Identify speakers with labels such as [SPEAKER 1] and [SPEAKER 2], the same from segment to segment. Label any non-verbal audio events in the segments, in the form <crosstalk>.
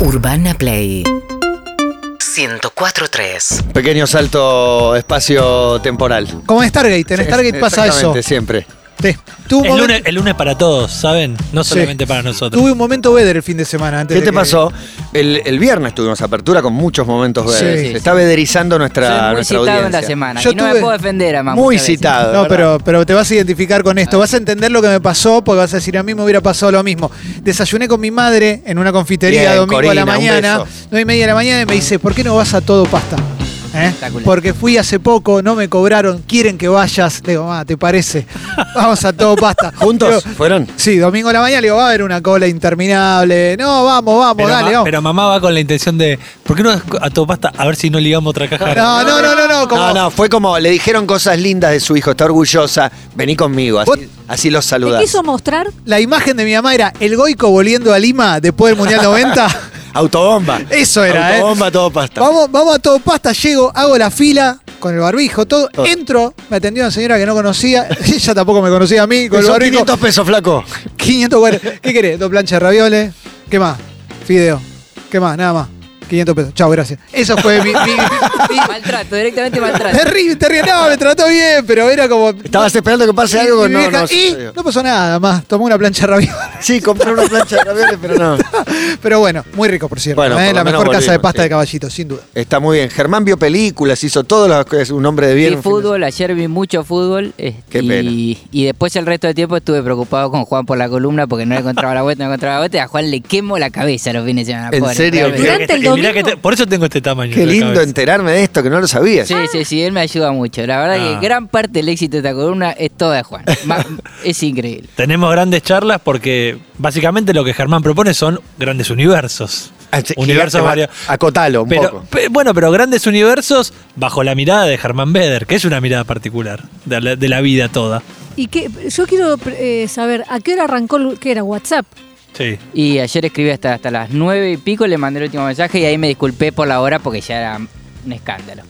[SPEAKER 1] Urbana Play 104.3
[SPEAKER 2] Pequeño salto espacio temporal.
[SPEAKER 3] Como en Stargate, en Stargate pasa eso.
[SPEAKER 2] Exactamente, siempre.
[SPEAKER 3] Sí. Tuve, un
[SPEAKER 4] El
[SPEAKER 3] momen-
[SPEAKER 4] lunes, el lunes para todos, ¿saben? No
[SPEAKER 3] Sí.
[SPEAKER 4] solamente para nosotros.
[SPEAKER 3] tuve un momento Weather el fin de semana. Antes
[SPEAKER 2] ¿Qué
[SPEAKER 3] de
[SPEAKER 2] te
[SPEAKER 3] que-
[SPEAKER 2] pasó? El, el viernes tuvimos apertura con muchos momentos
[SPEAKER 3] Sí.
[SPEAKER 2] verdes.
[SPEAKER 3] Sí.
[SPEAKER 2] Se está vederizando
[SPEAKER 5] Soy
[SPEAKER 2] nuestra,
[SPEAKER 5] muy
[SPEAKER 2] nuestra
[SPEAKER 5] citado en la
[SPEAKER 2] audiencia.
[SPEAKER 5] semana.
[SPEAKER 3] Yo
[SPEAKER 5] y no
[SPEAKER 3] tuve-
[SPEAKER 5] me puedo defender a
[SPEAKER 2] Muy citado.
[SPEAKER 3] No,
[SPEAKER 2] ¿verdad?
[SPEAKER 3] pero, pero te vas a identificar con esto. Vas a entender lo que me pasó porque vas a decir, a mí me hubiera pasado lo mismo. Desayuné con mi madre en una confitería
[SPEAKER 2] Bien,
[SPEAKER 3] domingo a la
[SPEAKER 2] Corina, un
[SPEAKER 3] mañana,
[SPEAKER 2] beso.
[SPEAKER 3] nueve y media de la mañana, y me dice, ¿por qué no vas a todo pasta? ¿Eh?
[SPEAKER 5] Espectacular.
[SPEAKER 3] Porque fui hace poco, no me cobraron, quieren que vayas. Le digo, "Ma, ¿te parece? Vamos a todo pasta.
[SPEAKER 2] <laughs> ¿Juntos?
[SPEAKER 3] Digo,
[SPEAKER 2] ¿Fueron?
[SPEAKER 3] sí, domingo a la mañana le digo, va a haber una cola interminable. No, vamos, vamos,
[SPEAKER 4] Pero,
[SPEAKER 3] dale,
[SPEAKER 4] ma-
[SPEAKER 3] vamos.
[SPEAKER 4] pero mamá va con la intención de. ¿Por qué no a todo pasta? A ver si no ligamos otra caja.
[SPEAKER 3] No, no, no, no, no. Como,
[SPEAKER 2] No, no, fue como le dijeron cosas lindas de su hijo, está orgullosa, vení conmigo,
[SPEAKER 3] ¿Vos-
[SPEAKER 2] así, así los
[SPEAKER 6] ¿Te
[SPEAKER 2] saludás.
[SPEAKER 6] quiso mostrar?
[SPEAKER 3] La imagen de mi mamá era el goico volviendo a Lima después del Mundial 90.
[SPEAKER 2] Autobomba.
[SPEAKER 3] Eso era, ¿eh?
[SPEAKER 2] Autobomba, todo pasta.
[SPEAKER 3] Vamos, vamos a todo pasta, llego, hago la fila con el barbijo, todo.
[SPEAKER 2] Todo.
[SPEAKER 3] Entro, me atendió una señora que no conocía, <laughs> ella tampoco me conocía a mí, con el
[SPEAKER 2] Son
[SPEAKER 3] barbijo.
[SPEAKER 2] 500 pesos, flaco.
[SPEAKER 3] 540. ¿Qué querés? Dos planchas de ravioles. ¿Qué más? Fideo. ¿Qué más? Nada más. 500 pesos. Chao, gracias. Eso fue mi. mi- mi-
[SPEAKER 5] Maltrato, directamente maltrato.
[SPEAKER 3] terrible, terrible. No, me trató bien, pero era como.
[SPEAKER 2] Estabas esperando que pase
[SPEAKER 3] Y
[SPEAKER 2] algo
[SPEAKER 3] mi
[SPEAKER 2] no,
[SPEAKER 3] vieja-
[SPEAKER 2] no,
[SPEAKER 3] y
[SPEAKER 2] sucedió.
[SPEAKER 3] no pasó nada más. Tomó una plancha de ravioles.
[SPEAKER 2] Sí, compré una plancha de ravioles, pero no.
[SPEAKER 3] <laughs> Pero bueno, muy rico, por cierto.
[SPEAKER 2] Bueno,
[SPEAKER 3] ¿eh?
[SPEAKER 2] por lo
[SPEAKER 3] La
[SPEAKER 2] menos
[SPEAKER 3] mejor casa de
[SPEAKER 2] volvimos, sí.
[SPEAKER 3] pasta de caballito, sin duda.
[SPEAKER 2] Está muy bien. Germán vio películas, hizo todo lo que es un hombre de bien.
[SPEAKER 5] Vi
[SPEAKER 2] un fin de
[SPEAKER 5] fútbol, ayer vi mucho fútbol. eh,
[SPEAKER 2] Qué
[SPEAKER 5] y,
[SPEAKER 2] pena.
[SPEAKER 5] y después el resto del tiempo estuve preocupado con Juan por la columna porque no le encontraba la vuelta, no le encontraba la vuelta. Y a Juan le quemo la cabeza los fines de semana.
[SPEAKER 2] ¿En
[SPEAKER 5] pobre,
[SPEAKER 2] serio?
[SPEAKER 5] realmente.
[SPEAKER 4] Mirá que
[SPEAKER 6] Durante
[SPEAKER 4] te-
[SPEAKER 6] el
[SPEAKER 4] y mirá que
[SPEAKER 6] domingo.
[SPEAKER 4] te- por eso tengo este tamaño.
[SPEAKER 2] Qué
[SPEAKER 4] en la
[SPEAKER 2] lindo
[SPEAKER 4] cabeza.
[SPEAKER 2] enterarme de esto, que no lo sabía.
[SPEAKER 5] Sí, sí, sí, él me ayuda mucho. La verdad
[SPEAKER 4] Ah.
[SPEAKER 5] que gran parte del éxito de esta columna es toda de Juan. Ma- es increíble.
[SPEAKER 4] Tenemos grandes charlas porque básicamente lo que Germán propone son grandes universos.
[SPEAKER 2] Ah,
[SPEAKER 4] universos varios.
[SPEAKER 2] Acotalo un
[SPEAKER 4] Pero,
[SPEAKER 2] poco.
[SPEAKER 4] pe- bueno, pero grandes universos bajo la mirada de Germán Beder, que es una mirada particular de la, de la vida toda.
[SPEAKER 6] ¿Y qué? Yo quiero eh, saber, ¿a qué hora arrancó? el- ¿Qué era? ¿WhatsApp?
[SPEAKER 4] Sí.
[SPEAKER 5] Y ayer escribí hasta, hasta las nueve y pico, le mandé el último mensaje y ahí me disculpé por la hora porque ya era un escándalo.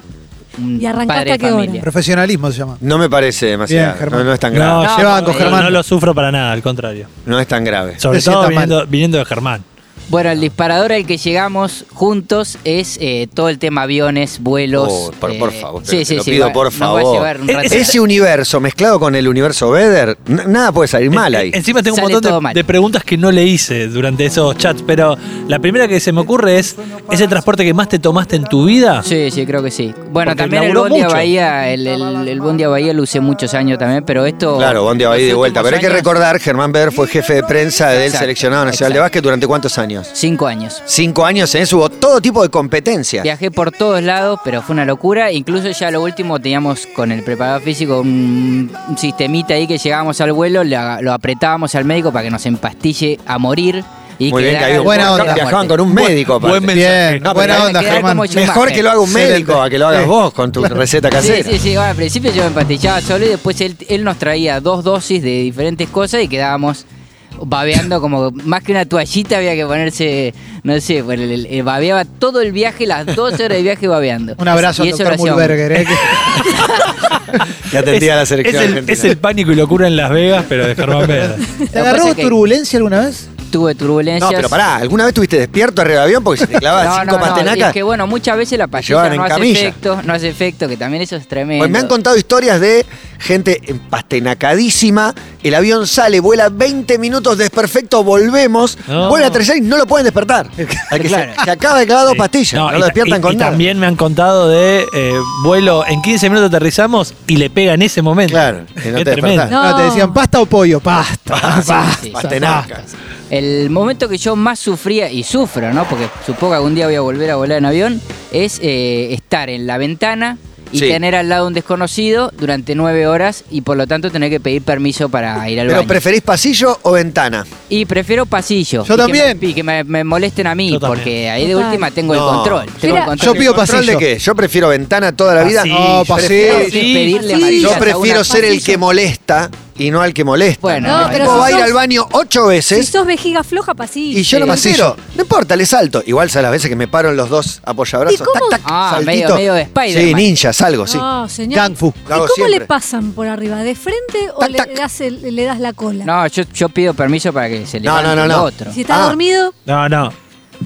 [SPEAKER 5] Un
[SPEAKER 6] ¿Y arrancaste
[SPEAKER 5] padre de
[SPEAKER 6] a qué hora?
[SPEAKER 5] familia.
[SPEAKER 3] Profesionalismo se llama.
[SPEAKER 2] No me parece demasiado.
[SPEAKER 3] Bien, Germán.
[SPEAKER 2] no, no es tan
[SPEAKER 4] No,
[SPEAKER 2] grave.
[SPEAKER 3] No,
[SPEAKER 4] yo
[SPEAKER 3] se banco,
[SPEAKER 4] no-
[SPEAKER 3] Germán.
[SPEAKER 4] no lo sufro para nada, al contrario.
[SPEAKER 2] No. es tan grave.
[SPEAKER 4] Sobre
[SPEAKER 3] Te sientas
[SPEAKER 4] todo
[SPEAKER 3] mal.
[SPEAKER 4] viniendo, viniendo de Germán.
[SPEAKER 5] Bueno, el disparador al que llegamos juntos es eh, todo el tema aviones, vuelos.
[SPEAKER 2] Oh, por,
[SPEAKER 5] eh,
[SPEAKER 2] por favor, te,
[SPEAKER 5] sí,
[SPEAKER 2] te
[SPEAKER 5] sí,
[SPEAKER 2] lo
[SPEAKER 5] sí,
[SPEAKER 2] pido,
[SPEAKER 5] va-
[SPEAKER 2] por
[SPEAKER 5] nos
[SPEAKER 2] favor.
[SPEAKER 5] va a llevar un
[SPEAKER 4] E-
[SPEAKER 5] rato.
[SPEAKER 2] Ese universo mezclado con el universo Vedder, n- nada puede salir mal ahí.
[SPEAKER 4] En- Eh, Encima tengo un
[SPEAKER 5] Sale
[SPEAKER 4] montón
[SPEAKER 5] todo
[SPEAKER 4] de,
[SPEAKER 5] mal.
[SPEAKER 4] de preguntas que no le hice durante esos chats, pero la primera que se me ocurre es, ¿es el transporte que más te tomaste en tu vida?
[SPEAKER 5] Sí, sí, creo que sí. Bueno,
[SPEAKER 4] Porque
[SPEAKER 5] también el
[SPEAKER 4] laburó
[SPEAKER 5] Bondi a
[SPEAKER 4] mucho.
[SPEAKER 5] Bahía, el, el, el Bondi a Bahía lo usé muchos años también, pero esto...
[SPEAKER 2] Claro, Bondi va ahí de
[SPEAKER 5] los
[SPEAKER 2] vuelta.
[SPEAKER 5] últimos
[SPEAKER 2] Pero hay que
[SPEAKER 5] años,
[SPEAKER 2] recordar, Germán Vedder fue jefe de prensa del
[SPEAKER 5] Exacto,
[SPEAKER 2] seleccionado nacional de
[SPEAKER 5] exacto.
[SPEAKER 2] básquet durante cuántos años?
[SPEAKER 5] Cinco años.
[SPEAKER 2] Cinco años en eso hubo todo tipo de competencias.
[SPEAKER 5] Viajé por todos lados, pero fue una locura. Incluso ya lo último teníamos con el preparado físico un, un sistemita ahí que llegábamos al vuelo, le aga- lo apretábamos al médico para que nos empastille a morir. Y
[SPEAKER 2] Muy bien, que
[SPEAKER 5] quedara-
[SPEAKER 2] hay un-
[SPEAKER 3] Buena onda.
[SPEAKER 2] Viajaban con un médico. aparte.
[SPEAKER 3] Bien,
[SPEAKER 2] No, pero
[SPEAKER 3] buena
[SPEAKER 2] hay-
[SPEAKER 3] onda,
[SPEAKER 5] quedar
[SPEAKER 3] Germán.
[SPEAKER 5] como yo.
[SPEAKER 2] Mejor que lo haga un
[SPEAKER 3] Excelente.
[SPEAKER 2] médico a que lo hagas
[SPEAKER 3] Sí.
[SPEAKER 2] vos con tu receta
[SPEAKER 5] Sí,
[SPEAKER 2] casera.
[SPEAKER 5] sí, sí. Bueno, al principio yo me empastillaba solo y después él, él nos traía dos dosis de diferentes cosas y quedábamos babeando como más que una toallita había que ponerse, no sé, bueno, el- el- el- babeaba todo el viaje, las 12 horas de viaje babeando.
[SPEAKER 3] Un abrazo
[SPEAKER 5] Y
[SPEAKER 3] al
[SPEAKER 5] eso lo
[SPEAKER 3] doctor
[SPEAKER 5] hacíamos. <laughs>
[SPEAKER 3] Mulberger. ¿eh?
[SPEAKER 2] Que atendía a la selección
[SPEAKER 4] es el,
[SPEAKER 2] argentina.
[SPEAKER 4] es el pánico y locura en Las Vegas, pero de Germán Beder.
[SPEAKER 3] ¿Te
[SPEAKER 5] Lo que pasa
[SPEAKER 3] agarró
[SPEAKER 5] es que
[SPEAKER 3] turbulencia alguna vez?
[SPEAKER 5] Tuve turbulencias.
[SPEAKER 2] No, pero pará, ¿alguna vez estuviste despierto arriba de avión porque se te clavaba
[SPEAKER 5] No,
[SPEAKER 2] cinco
[SPEAKER 5] no, no,
[SPEAKER 2] pastenacas?
[SPEAKER 5] Es que bueno, muchas veces la
[SPEAKER 2] llevaban
[SPEAKER 5] pastilla
[SPEAKER 2] en
[SPEAKER 5] no hace
[SPEAKER 2] camilla.
[SPEAKER 5] efecto, no hace efecto, que también eso es tremendo.
[SPEAKER 2] Pues me han contado historias de gente empastenacadísima, el avión sale, vuela 20 minutos, desperfecto, volvemos,
[SPEAKER 4] No.
[SPEAKER 2] vuelve a estrellar y no lo pueden despertar. Al que se, se acaba de clavar <laughs> dos
[SPEAKER 4] Sí.
[SPEAKER 2] pastillas, no,
[SPEAKER 4] No, y
[SPEAKER 2] lo
[SPEAKER 4] ta-
[SPEAKER 2] despiertan
[SPEAKER 4] y-
[SPEAKER 2] con
[SPEAKER 4] y
[SPEAKER 2] nada.
[SPEAKER 4] también me han contado de eh, vuelo, en 15 minutos aterrizamos y le pega en ese momento.
[SPEAKER 2] Claro, que no
[SPEAKER 4] Qué
[SPEAKER 2] te
[SPEAKER 4] tremendo.
[SPEAKER 2] despertás.
[SPEAKER 6] No.
[SPEAKER 3] te decían pasta o pollo. Pasta.
[SPEAKER 2] <laughs>
[SPEAKER 5] Ah, sí, sí,
[SPEAKER 2] Pastenaca.
[SPEAKER 5] sí, sí. El momento que yo más sufría y sufro, ¿no? Porque supongo que algún día voy a volver a volar en avión, es eh, estar en la ventana y
[SPEAKER 2] Sí.
[SPEAKER 5] tener al lado un desconocido durante nueve horas y por lo tanto tener que pedir permiso para ir al
[SPEAKER 2] ¿Pero
[SPEAKER 5] baño.
[SPEAKER 2] preferís pasillo o ventana?
[SPEAKER 5] y prefiero pasillo.
[SPEAKER 3] Yo
[SPEAKER 5] y que
[SPEAKER 3] también.
[SPEAKER 5] me- y que me, me molesten a mí,
[SPEAKER 4] Yo también.
[SPEAKER 5] porque ahí de
[SPEAKER 6] Total.
[SPEAKER 5] última tengo el
[SPEAKER 2] No.
[SPEAKER 5] control. Tengo el
[SPEAKER 6] Mira,
[SPEAKER 5] control.
[SPEAKER 3] Yo pido
[SPEAKER 2] ¿Control
[SPEAKER 3] pasillo.
[SPEAKER 2] de qué? Yo prefiero ventana toda la vida.
[SPEAKER 4] Pasillo.
[SPEAKER 3] No,
[SPEAKER 2] prefiero-
[SPEAKER 3] pasillo.
[SPEAKER 5] Prefiero pedirle
[SPEAKER 6] Sí.
[SPEAKER 5] amarillas a
[SPEAKER 2] Yo
[SPEAKER 5] una
[SPEAKER 2] prefiero ser el
[SPEAKER 5] pasillo.
[SPEAKER 2] que molesta y no al que molesta.
[SPEAKER 5] Bueno,
[SPEAKER 6] No,
[SPEAKER 5] no,
[SPEAKER 6] pero
[SPEAKER 2] Tipo,
[SPEAKER 6] si
[SPEAKER 2] va a ir
[SPEAKER 6] sos-
[SPEAKER 2] al baño ocho
[SPEAKER 6] Si
[SPEAKER 2] veces
[SPEAKER 6] sos vejiga floja, pasillo.
[SPEAKER 2] ¿eh? y yo no me
[SPEAKER 3] Pasillo.
[SPEAKER 2] entero. No importa, le salto. Igual son las veces que me paro en los dos apoyabrazos.
[SPEAKER 6] ¿Y cómo?
[SPEAKER 2] Tac, tac,
[SPEAKER 5] Ah,
[SPEAKER 2] saltito.
[SPEAKER 5] medio- medio de Spider-Man. Ah.
[SPEAKER 2] Sí, ninja, salgo, pues sí.
[SPEAKER 6] No, señor.
[SPEAKER 3] Gang fu.
[SPEAKER 6] ¿Y
[SPEAKER 2] Lo hago
[SPEAKER 6] cómo
[SPEAKER 2] siempre.
[SPEAKER 6] le pasan por arriba? ¿De frente o
[SPEAKER 2] Tac,
[SPEAKER 6] le
[SPEAKER 2] tac.
[SPEAKER 6] das, el- le das la cola?
[SPEAKER 5] No, yo, yo pido permiso para que se
[SPEAKER 2] No,
[SPEAKER 5] levante
[SPEAKER 2] no, no,
[SPEAKER 5] el
[SPEAKER 2] no.
[SPEAKER 5] otro.
[SPEAKER 6] Si está
[SPEAKER 2] Ah.
[SPEAKER 6] dormido,
[SPEAKER 4] No, no.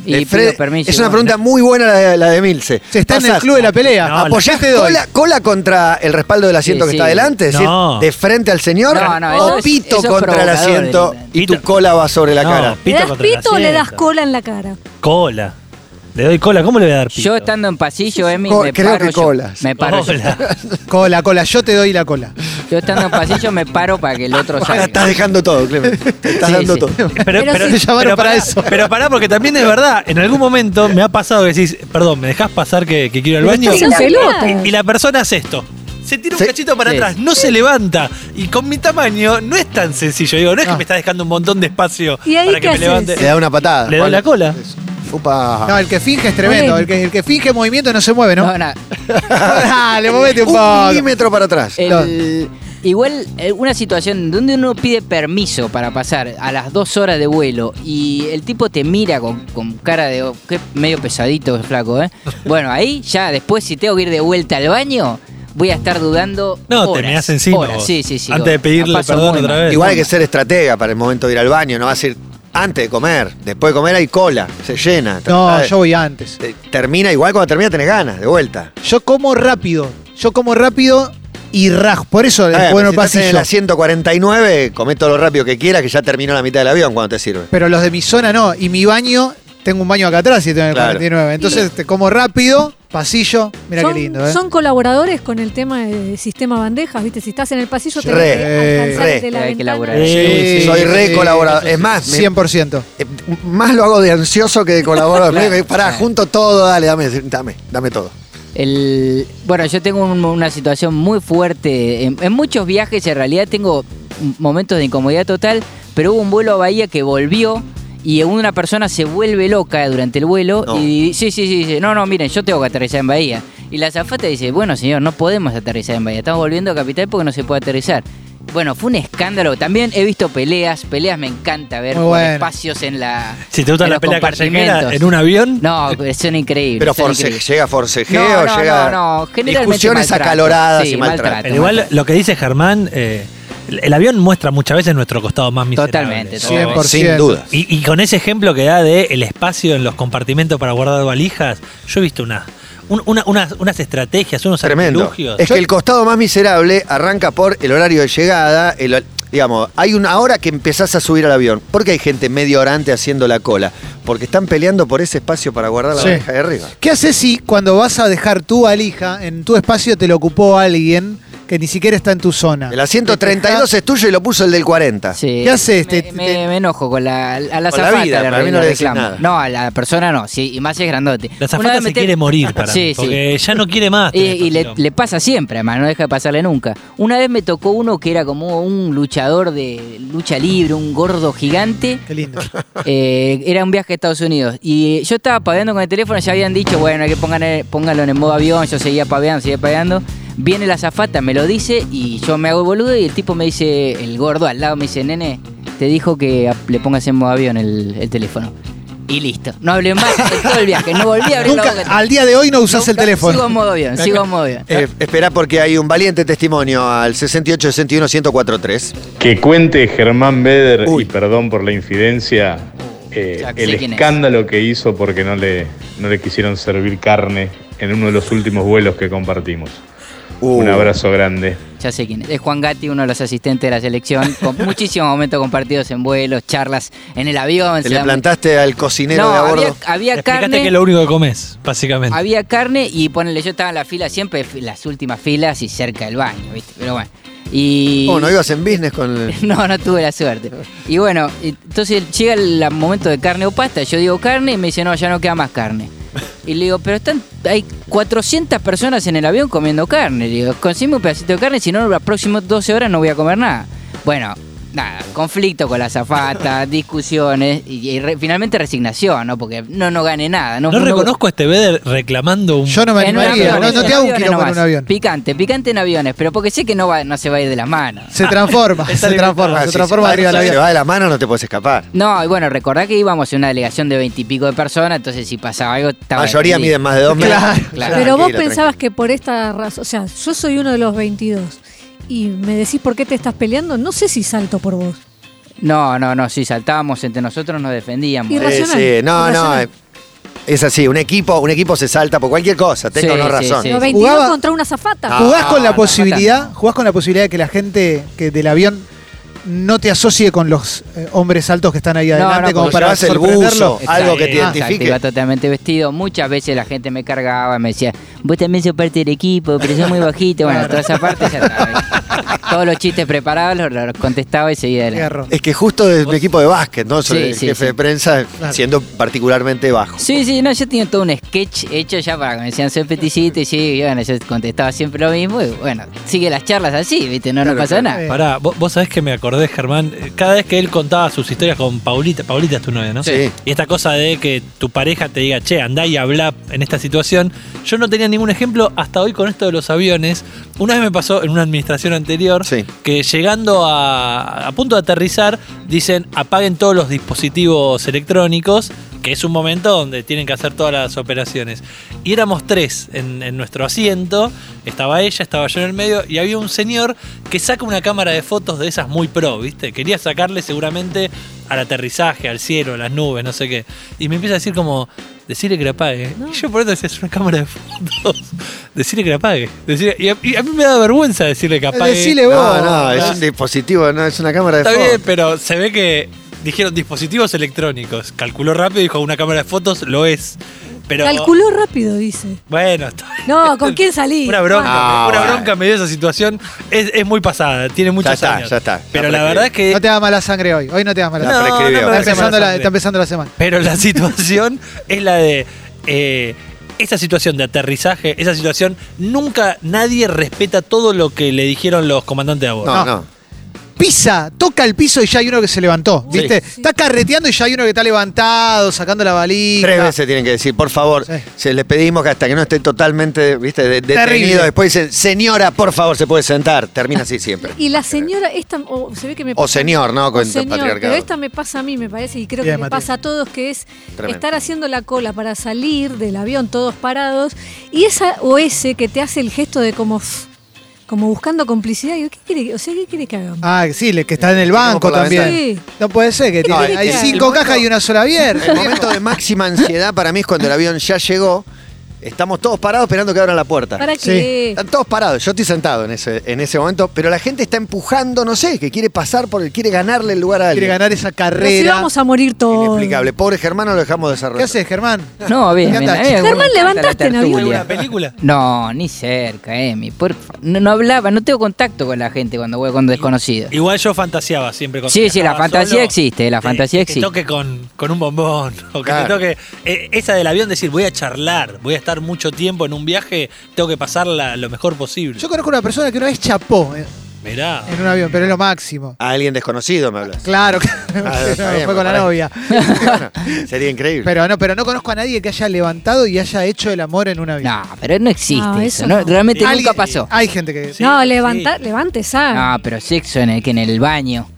[SPEAKER 5] Y
[SPEAKER 2] Eh,
[SPEAKER 5] pido
[SPEAKER 2] Fred,
[SPEAKER 5] permiso,
[SPEAKER 2] es una
[SPEAKER 5] bueno.
[SPEAKER 2] pregunta muy buena la de, la de Milce.
[SPEAKER 3] Se está en el
[SPEAKER 2] Pasás-
[SPEAKER 3] club de la pelea.
[SPEAKER 4] No,
[SPEAKER 3] Apoyás,
[SPEAKER 2] ¿Apoyás
[SPEAKER 3] te doy.
[SPEAKER 2] cola, cola contra el respaldo del asiento
[SPEAKER 5] Sí,
[SPEAKER 2] que
[SPEAKER 5] sí.
[SPEAKER 2] está adelante? Es decir,
[SPEAKER 4] No.
[SPEAKER 2] de frente al señor.
[SPEAKER 5] No, no, eso
[SPEAKER 2] o
[SPEAKER 5] es-
[SPEAKER 2] pito
[SPEAKER 5] eso es
[SPEAKER 2] contra el
[SPEAKER 5] provocador,
[SPEAKER 2] asiento
[SPEAKER 5] Elena.
[SPEAKER 2] y tu
[SPEAKER 4] Pito.
[SPEAKER 2] cola va sobre la
[SPEAKER 4] No,
[SPEAKER 2] cara.
[SPEAKER 6] ¿Le
[SPEAKER 4] Pito
[SPEAKER 6] das
[SPEAKER 4] contra el
[SPEAKER 6] pito o le das
[SPEAKER 4] asiento.
[SPEAKER 6] cola en la cara?
[SPEAKER 4] Cola. Le doy cola, ¿cómo le voy a dar pito?
[SPEAKER 5] Yo estando en pasillo, Emi,
[SPEAKER 2] Co-
[SPEAKER 5] me
[SPEAKER 2] creo
[SPEAKER 5] paro.
[SPEAKER 2] que
[SPEAKER 5] yo.
[SPEAKER 2] colas.
[SPEAKER 5] Me paro. yo. <laughs>
[SPEAKER 4] Cola.
[SPEAKER 3] Cola, cola, yo te doy la cola.
[SPEAKER 5] Yo estando en pasillo me paro para que el otro
[SPEAKER 2] Ahora
[SPEAKER 5] salga.
[SPEAKER 2] estás dejando todo, Clemente. Te estás
[SPEAKER 5] Sí,
[SPEAKER 2] dando
[SPEAKER 5] sí.
[SPEAKER 2] todo.
[SPEAKER 4] Pero,
[SPEAKER 6] Pero
[SPEAKER 4] pero-
[SPEAKER 6] sí.
[SPEAKER 3] Te llamaron
[SPEAKER 4] pero
[SPEAKER 3] para
[SPEAKER 4] pará,
[SPEAKER 3] eso.
[SPEAKER 4] Pero pará, porque también es verdad. En algún momento me ha pasado que decís, perdón, ¿me dejás pasar que, que quiero ir al baño?
[SPEAKER 6] Pero estás en pelotas.
[SPEAKER 4] Y la persona hace esto. Se tira un
[SPEAKER 2] Sí.
[SPEAKER 4] cachito para
[SPEAKER 5] Sí.
[SPEAKER 4] atrás, no se levanta. Y con mi tamaño no es tan sencillo. Digo, no es que
[SPEAKER 3] No.
[SPEAKER 4] me está dejando un montón de espacio
[SPEAKER 6] ¿Y ahí
[SPEAKER 4] para que
[SPEAKER 6] qué
[SPEAKER 4] me
[SPEAKER 6] haces?
[SPEAKER 4] levante.
[SPEAKER 2] Le da una patada.
[SPEAKER 4] Le doy la cola.
[SPEAKER 2] Upa.
[SPEAKER 3] No, el que finge es tremendo.
[SPEAKER 6] Bueno.
[SPEAKER 3] El que, el que finge movimiento no se mueve, ¿no?
[SPEAKER 5] No, no,
[SPEAKER 3] <laughs> Dale,
[SPEAKER 2] este
[SPEAKER 3] movete un
[SPEAKER 2] un
[SPEAKER 3] poco.
[SPEAKER 2] milímetro para atrás.
[SPEAKER 5] el- igual, eh, una situación donde uno pide permiso para pasar a las dos horas de vuelo y el tipo te mira con, con cara de oh, qué medio pesadito el flaco, ¿eh? Bueno, ahí ya después, si tengo que ir de vuelta al baño, voy a estar dudando.
[SPEAKER 4] No, te
[SPEAKER 5] horas,
[SPEAKER 4] meás encima
[SPEAKER 5] horas.
[SPEAKER 4] vos.
[SPEAKER 5] Sí, sí, sí.
[SPEAKER 4] Antes de
[SPEAKER 5] horas.
[SPEAKER 4] pedirle
[SPEAKER 5] La paso
[SPEAKER 4] perdón
[SPEAKER 5] muy
[SPEAKER 4] otra
[SPEAKER 5] mal.
[SPEAKER 4] vez.
[SPEAKER 2] Igual hay que ser estratega para el momento de ir al baño. No vas a ir antes de comer. Después de comer hay cola. Se llena.
[SPEAKER 3] No,
[SPEAKER 2] Tratá de-
[SPEAKER 3] yo voy antes.
[SPEAKER 2] Eh, Termina igual cuando termina tenés ganas, de vuelta.
[SPEAKER 3] Yo como rápido. Yo como rápido y rajo. Por eso el
[SPEAKER 2] bueno,
[SPEAKER 3] bueno
[SPEAKER 2] si estás en el
[SPEAKER 3] pasillo.
[SPEAKER 2] asiento 49, comé todo lo rápido que quieras, que ya terminó la mitad del avión cuando te sirve.
[SPEAKER 3] Pero los de mi zona no. Y mi baño, tengo un baño acá atrás y tengo el
[SPEAKER 2] Claro.
[SPEAKER 3] 49. Entonces te como rápido, pasillo. Mira qué
[SPEAKER 6] son,
[SPEAKER 3] lindo, ¿eh?
[SPEAKER 6] son colaboradores con el tema del sistema bandejas, ¿viste? Si estás en el pasillo,
[SPEAKER 2] Sí.
[SPEAKER 6] tenés que alcanzar
[SPEAKER 2] Re.
[SPEAKER 6] el de la
[SPEAKER 5] Hay que
[SPEAKER 6] ventana.
[SPEAKER 5] laburar.
[SPEAKER 4] Sí, sí.
[SPEAKER 2] Soy re colaborador. Es más, me-
[SPEAKER 3] 100%.
[SPEAKER 2] eh, más lo hago de ansioso que de <laughs> colaborador. Me- Pará, junto todo, dale, dame, dame, dame todo.
[SPEAKER 5] El, bueno, yo tengo un- una situación muy fuerte. En, en muchos viajes en realidad tengo m- momentos de incomodidad total, pero hubo un vuelo a Bahía que volvió y una persona se vuelve loca durante el vuelo
[SPEAKER 2] No.
[SPEAKER 5] y sí, sí, sí, dice, no, no, miren, yo tengo que aterrizar en Bahía. Y la azafata dice, bueno, señor, no podemos aterrizar en Bahía, estamos volviendo a Capital porque no se puede aterrizar. Bueno, fue un escándalo. También he visto peleas, peleas me encanta ver
[SPEAKER 3] Muy
[SPEAKER 5] con
[SPEAKER 3] bueno.
[SPEAKER 5] espacios en la
[SPEAKER 4] Si te gusta
[SPEAKER 5] en
[SPEAKER 4] la
[SPEAKER 5] los
[SPEAKER 4] pelea callejera
[SPEAKER 5] compartimentos.
[SPEAKER 4] en un avión,
[SPEAKER 5] No, son increíbles.
[SPEAKER 2] Pero
[SPEAKER 5] son
[SPEAKER 2] force-
[SPEAKER 5] increíbles.
[SPEAKER 2] llega forcejeo,
[SPEAKER 5] No, no,
[SPEAKER 2] llega
[SPEAKER 5] no, no, generalmente
[SPEAKER 2] discusiones
[SPEAKER 5] maltrato.
[SPEAKER 2] acaloradas
[SPEAKER 5] Sí,
[SPEAKER 2] y maltrato.
[SPEAKER 5] maltrato.
[SPEAKER 4] Pero igual lo que dice Germán, eh, el el avión muestra muchas veces nuestro costado más miserable.
[SPEAKER 5] Totalmente,
[SPEAKER 4] Sí.
[SPEAKER 3] 100%.
[SPEAKER 5] totalmente.
[SPEAKER 2] Sin duda.
[SPEAKER 4] Y, y con ese ejemplo que da de el espacio en los compartimentos para guardar valijas, yo he visto una, un- una- unas, unas estrategias, unos
[SPEAKER 2] Tremendo.
[SPEAKER 4] artilugios.
[SPEAKER 2] Es que el costado más miserable arranca por el horario de llegada. el- digamos, hay una hora que empezás a subir al avión. ¿Por qué hay gente medio orante haciendo la cola? Porque están peleando por ese espacio para guardar la
[SPEAKER 3] Sí.
[SPEAKER 2] bandeja de arriba.
[SPEAKER 3] ¿Qué haces si cuando vas a dejar tu valija en tu espacio te lo ocupó alguien que ni siquiera está en tu zona?
[SPEAKER 2] El asiento 32 es tuyo y lo puso el del 40.
[SPEAKER 5] Sí.
[SPEAKER 3] ¿Qué haces?
[SPEAKER 5] Me,
[SPEAKER 3] Te-
[SPEAKER 5] me-
[SPEAKER 3] te-
[SPEAKER 5] me enojo con la, a la
[SPEAKER 2] Con la
[SPEAKER 5] azafata
[SPEAKER 2] vida,
[SPEAKER 5] le
[SPEAKER 2] para mí no le
[SPEAKER 5] re- le
[SPEAKER 2] decís
[SPEAKER 5] reclamo.
[SPEAKER 2] nada.
[SPEAKER 5] No, a la persona no, sí, y más es grandote.
[SPEAKER 4] La
[SPEAKER 5] Una
[SPEAKER 4] zafata
[SPEAKER 5] vez
[SPEAKER 4] se
[SPEAKER 5] me te-
[SPEAKER 4] quiere
[SPEAKER 5] <laughs>
[SPEAKER 4] morir para
[SPEAKER 5] Sí,
[SPEAKER 4] mí,
[SPEAKER 5] sí.
[SPEAKER 4] porque ya no quiere más.
[SPEAKER 5] Y,
[SPEAKER 4] tener
[SPEAKER 5] y le,
[SPEAKER 4] estos
[SPEAKER 5] le pasa siempre, además, no deja de pasarle nunca. Una vez me tocó uno que era como un luchador de lucha libre, un gordo gigante.
[SPEAKER 3] Qué
[SPEAKER 5] <laughs>
[SPEAKER 3] lindo.
[SPEAKER 5] Eh, era un viaje a Estados Unidos. Y yo estaba paveando con el teléfono, ya habían dicho, bueno, hay que pongan, pónganlo en modo avión, yo seguía paveando, seguía paveando. Viene la zafata, me lo dice y yo me hago el boludo y el tipo me dice, el gordo al lado me dice, nene, te dijo que a- le pongas en modo avión el, el teléfono. Y listo. No hablé más en todo el viaje. No volví a abrir la boca.
[SPEAKER 3] Nunca, al día de hoy no usás el
[SPEAKER 5] Nunca- Sigo en
[SPEAKER 3] teléfono.
[SPEAKER 5] modo avión, sigo en modo avión.
[SPEAKER 2] Eh, esperá porque hay un valiente testimonio al 68 61 1043.
[SPEAKER 1] Que cuente Germán Beder,
[SPEAKER 2] Uy.
[SPEAKER 1] y perdón por la infidencia, eh,
[SPEAKER 5] Ya sé
[SPEAKER 1] el
[SPEAKER 5] quién es.
[SPEAKER 1] escándalo que hizo porque no le, no le quisieron servir carne en uno de los últimos vuelos que compartimos. Un
[SPEAKER 2] Uh. <laughs>
[SPEAKER 1] abrazo grande. <laughs>
[SPEAKER 5] Ya sé quién es. Es Juan Gatti, uno de los asistentes de la selección, con muchísimos momentos compartidos en vuelos, charlas en el avión.
[SPEAKER 2] Te
[SPEAKER 5] se
[SPEAKER 2] le
[SPEAKER 5] da-
[SPEAKER 2] plantaste al cocinero
[SPEAKER 5] No,
[SPEAKER 2] de a bordo.
[SPEAKER 5] había, había
[SPEAKER 4] Le explicaste
[SPEAKER 5] carne.
[SPEAKER 4] que es lo único que comes, básicamente.
[SPEAKER 5] Había carne y ponele, yo estaba en la fila siempre, fi- las últimas filas y cerca del baño, ¿viste? Pero bueno. Y.
[SPEAKER 2] Oh, no ibas en business con el-
[SPEAKER 5] <laughs> No, no tuve la suerte. Y bueno, entonces llega el momento de carne o pasta. Yo digo carne y me dice, no, ya no queda más carne. Y le digo, pero están, hay 400 personas en el avión comiendo carne. Le digo, consigue un pedacito de carne, si no, las próximas 12 horas no voy a comer nada. Bueno, nada, conflicto con la zafata, discusiones y, y re- finalmente resignación, ¿no? Porque no, no gané nada. No,
[SPEAKER 4] no reconozco a este Beder reclamando un.
[SPEAKER 3] Yo no me
[SPEAKER 5] en un
[SPEAKER 3] animaría. No,
[SPEAKER 5] avión,
[SPEAKER 3] no
[SPEAKER 5] en
[SPEAKER 3] te hago un
[SPEAKER 5] aviones
[SPEAKER 3] quilombo en
[SPEAKER 5] nomás.
[SPEAKER 3] un avión.
[SPEAKER 5] Picante, picante en aviones, pero porque sé que no va, no se va a ir de las manos.
[SPEAKER 3] Se transforma,
[SPEAKER 4] Está
[SPEAKER 3] se transforma,
[SPEAKER 2] Ah,
[SPEAKER 3] se
[SPEAKER 2] si
[SPEAKER 3] transforma
[SPEAKER 2] va-
[SPEAKER 3] arriba del
[SPEAKER 2] si se
[SPEAKER 3] avión.
[SPEAKER 2] va de la mano no te puedes escapar.
[SPEAKER 5] No, y bueno, recordá que íbamos en una delegación de veintipico de personas, entonces si pasaba algo
[SPEAKER 2] La
[SPEAKER 5] estaba.
[SPEAKER 2] mayoría
[SPEAKER 5] defendido.
[SPEAKER 2] miden más de dos metros.
[SPEAKER 3] Claro,
[SPEAKER 5] claro.
[SPEAKER 6] Pero vos
[SPEAKER 2] Tranquilo,
[SPEAKER 6] pensabas que por esta razón, o sea, yo soy uno de los 22 y me decís por qué te estás peleando, no sé si salto por vos.
[SPEAKER 5] No, no, no, sí, saltábamos entre nosotros, nos defendíamos.
[SPEAKER 6] Y
[SPEAKER 2] Sí,
[SPEAKER 6] Irracional,
[SPEAKER 2] sí, no, no.
[SPEAKER 6] irracional.
[SPEAKER 2] eh, Es así, un equipo, un equipo se salta por cualquier cosa, tengo
[SPEAKER 5] Sí,
[SPEAKER 2] no
[SPEAKER 5] sí,
[SPEAKER 2] razón.
[SPEAKER 5] sí.
[SPEAKER 6] Los 22
[SPEAKER 3] Jugaba-
[SPEAKER 6] contra una zafata.
[SPEAKER 2] Ah,
[SPEAKER 3] ¿Jugás con la
[SPEAKER 5] no,
[SPEAKER 3] posibilidad, jugás con la posibilidad de que la gente que del avión no te asocie con los eh, hombres altos que están ahí
[SPEAKER 5] No,
[SPEAKER 3] adelante
[SPEAKER 5] no,
[SPEAKER 3] como
[SPEAKER 5] porque
[SPEAKER 3] para
[SPEAKER 2] llevas el
[SPEAKER 3] sorprenderlo?
[SPEAKER 2] buzo. Algo que te
[SPEAKER 5] exacto,
[SPEAKER 2] identifique.
[SPEAKER 5] Iba totalmente vestido. Muchas veces la gente me cargaba, me decía, vos también sos parte del equipo,
[SPEAKER 2] <laughs>
[SPEAKER 5] pero sos muy bajito. Bueno, toda esa parte ya estaba. Todos los chistes preparados los, los contestaba y
[SPEAKER 3] Qué
[SPEAKER 5] seguía adelante.
[SPEAKER 3] garrón.
[SPEAKER 2] Es que justo de mi equipo de básquet, ¿no? Soy
[SPEAKER 5] Sí,
[SPEAKER 2] el
[SPEAKER 5] sí,
[SPEAKER 2] jefe
[SPEAKER 5] sí.
[SPEAKER 2] de prensa,
[SPEAKER 3] Claro.
[SPEAKER 2] siendo particularmente bajo.
[SPEAKER 5] Sí, sí, no, yo tenía todo un sketch hecho ya para que me decían soy peticito y sí, y bueno, yo contestaba siempre lo mismo y bueno, sigue las charlas así, viste, no, no pasa nada.
[SPEAKER 3] Eh.
[SPEAKER 4] Pará, vos, vos sabés que me acordé, Germán, eh, cada vez que él contaba sus historias con Paulita, Paulita es tu novia, ¿no?
[SPEAKER 2] Sí.
[SPEAKER 4] Y esta cosa de que tu pareja te diga, che, andá y habla en esta situación. Yo no tenía ningún ejemplo hasta hoy con esto de los aviones. Una vez me pasó en una administración anterior
[SPEAKER 2] Sí.
[SPEAKER 4] que llegando a, a punto de aterrizar, dicen apaguen todos los dispositivos electrónicos, que es un momento donde tienen que hacer todas las operaciones. Y éramos tres en, en nuestro asiento, estaba ella, estaba yo en el medio, y había un señor que saca una cámara de fotos de esas muy pro, ¿viste? Quería sacarle seguramente al aterrizaje, al cielo, a las nubes, no sé qué. Y me empieza a decir como, decirle que la apague. Y yo por eso decía, es una cámara de fotos. <laughs> decirle que la apague. Decirle- y, a, y a mí me da vergüenza decirle que apague.
[SPEAKER 3] Decile vos.
[SPEAKER 2] No, no,
[SPEAKER 5] Oh,
[SPEAKER 2] es
[SPEAKER 5] ah.
[SPEAKER 2] un dispositivo, no, es una cámara de
[SPEAKER 4] Está
[SPEAKER 2] fotos.
[SPEAKER 4] bien, pero se ve que dijeron dispositivos electrónicos. Calculó rápido y dijo una cámara de fotos, lo es. Pero.
[SPEAKER 6] Calculó rápido, dice.
[SPEAKER 4] Bueno, está bien.
[SPEAKER 6] No, ¿con quién salí?
[SPEAKER 4] Una bronca,
[SPEAKER 2] Ah,
[SPEAKER 4] una
[SPEAKER 2] bueno.
[SPEAKER 4] bronca me dio esa situación. Es, es muy pasada, tiene muchos
[SPEAKER 2] está,
[SPEAKER 4] años.
[SPEAKER 2] ya está, ya
[SPEAKER 4] Pero la
[SPEAKER 2] prescribió.
[SPEAKER 4] verdad es que.
[SPEAKER 3] No te da mala sangre hoy. Hoy no te da mala
[SPEAKER 2] La
[SPEAKER 4] No,
[SPEAKER 3] sangre.
[SPEAKER 4] no
[SPEAKER 2] prescribió. Está
[SPEAKER 4] me
[SPEAKER 3] Está
[SPEAKER 4] parece
[SPEAKER 3] empezando,
[SPEAKER 4] mala
[SPEAKER 3] la,
[SPEAKER 4] sangre.
[SPEAKER 3] está empezando la semana.
[SPEAKER 4] Pero la <laughs> situación es la de. eh, esa situación de aterrizaje, esa situación, nunca nadie respeta todo lo que le dijeron los comandantes de a bordo.
[SPEAKER 2] No,
[SPEAKER 3] No.
[SPEAKER 2] no.
[SPEAKER 3] Pisa, toca el piso y ya hay uno que se levantó.
[SPEAKER 2] Sí.
[SPEAKER 3] ¿Viste? Está carreteando y ya hay uno que está levantado, sacando la valija.
[SPEAKER 2] Tres veces tienen que decir, por favor,
[SPEAKER 3] Sí.
[SPEAKER 2] se les pedimos que hasta que no esté totalmente ¿viste? de- detenido.
[SPEAKER 3] Terrible.
[SPEAKER 2] Después dicen, señora, por favor, se puede sentar. Termina así siempre.
[SPEAKER 6] Y la señora, esta, o se ve que me
[SPEAKER 2] O señor, ¿no?
[SPEAKER 6] o
[SPEAKER 2] Con
[SPEAKER 6] señor,
[SPEAKER 2] patriarcado.
[SPEAKER 6] pero esta me pasa a mí, me parece, y creo
[SPEAKER 3] Bien,
[SPEAKER 6] que me
[SPEAKER 3] Matías.
[SPEAKER 6] pasa a todos, que es
[SPEAKER 2] Tremendo.
[SPEAKER 6] estar haciendo la cola para salir del avión todos parados, y esa o ese que te hace el gesto de como, "F", como buscando complicidad, y yo, ¿qué quiere, o sea, ¿qué quiere que hagamos?
[SPEAKER 3] Ah, sí, le- que está en el banco
[SPEAKER 2] por la
[SPEAKER 3] también.
[SPEAKER 6] ventana.
[SPEAKER 3] No puede ser que
[SPEAKER 6] ¿Qué
[SPEAKER 3] tiene-
[SPEAKER 6] tiene
[SPEAKER 3] hay
[SPEAKER 6] que hacer?
[SPEAKER 3] cinco
[SPEAKER 2] El
[SPEAKER 3] cajas y una
[SPEAKER 2] <laughs>
[SPEAKER 3] sola abierta.
[SPEAKER 2] El momento de máxima ansiedad para mí es cuando el avión ya llegó. Estamos todos parados esperando que abran la puerta.
[SPEAKER 6] ¿Para
[SPEAKER 3] sí.
[SPEAKER 6] qué?
[SPEAKER 2] Están todos parados, yo estoy sentado en ese, en ese momento, pero la gente está empujando, no sé, que quiere pasar por el, quiere ganarle el lugar a alguien.
[SPEAKER 3] Quiere ganar esa
[SPEAKER 6] Pero si
[SPEAKER 3] carrera.
[SPEAKER 6] vamos a morir todos.
[SPEAKER 2] Inexplicable. Pobre Germán no lo dejamos
[SPEAKER 3] ¿Qué
[SPEAKER 2] desarrollar.
[SPEAKER 3] haces, Germán?
[SPEAKER 5] No, bien,
[SPEAKER 3] Ya
[SPEAKER 5] bien.
[SPEAKER 3] está,
[SPEAKER 5] a mí me
[SPEAKER 6] Germán,
[SPEAKER 5] gusta la
[SPEAKER 6] levantaste en avión.
[SPEAKER 5] tertulia.
[SPEAKER 4] ¿Alguna película?
[SPEAKER 5] No, ni cerca, Emi, por fa- no, no hablaba, no tengo contacto con la gente cuando voy con desconocidos.
[SPEAKER 4] Igual yo fantaseaba siempre con
[SPEAKER 5] Sí, sí, la
[SPEAKER 4] estaba
[SPEAKER 5] fantasía existe, la
[SPEAKER 4] de-
[SPEAKER 5] fantasía
[SPEAKER 4] que te
[SPEAKER 5] existe.
[SPEAKER 4] toque con, con un bombón, <laughs> o que
[SPEAKER 2] Claro.
[SPEAKER 4] te toque. eh, esa del avión decir, voy a charlar, voy a estar mucho tiempo en un viaje, tengo que pasarla lo mejor posible.
[SPEAKER 3] Yo conozco una persona que una vez chapó en,
[SPEAKER 4] Mirá.
[SPEAKER 3] en un avión, pero es lo máximo.
[SPEAKER 2] A alguien desconocido me
[SPEAKER 3] <laughs>
[SPEAKER 2] hablas.
[SPEAKER 3] Claro, que
[SPEAKER 2] Ah, está bien,
[SPEAKER 3] fue con la
[SPEAKER 2] pará.
[SPEAKER 3] novia.
[SPEAKER 2] Bueno, sería increíble.
[SPEAKER 3] Pero no, pero no conozco a nadie que haya levantado y haya hecho el amor en un avión.
[SPEAKER 5] No, pero no existe
[SPEAKER 6] No,
[SPEAKER 5] eso.
[SPEAKER 6] eso
[SPEAKER 5] no,
[SPEAKER 6] no.
[SPEAKER 5] Realmente
[SPEAKER 3] Alguien-
[SPEAKER 5] nunca pasó.
[SPEAKER 3] Hay gente que.
[SPEAKER 4] Sí,
[SPEAKER 6] no,
[SPEAKER 4] sí.
[SPEAKER 6] levanta, levante esa.
[SPEAKER 5] No, pero sexo en el que en el baño.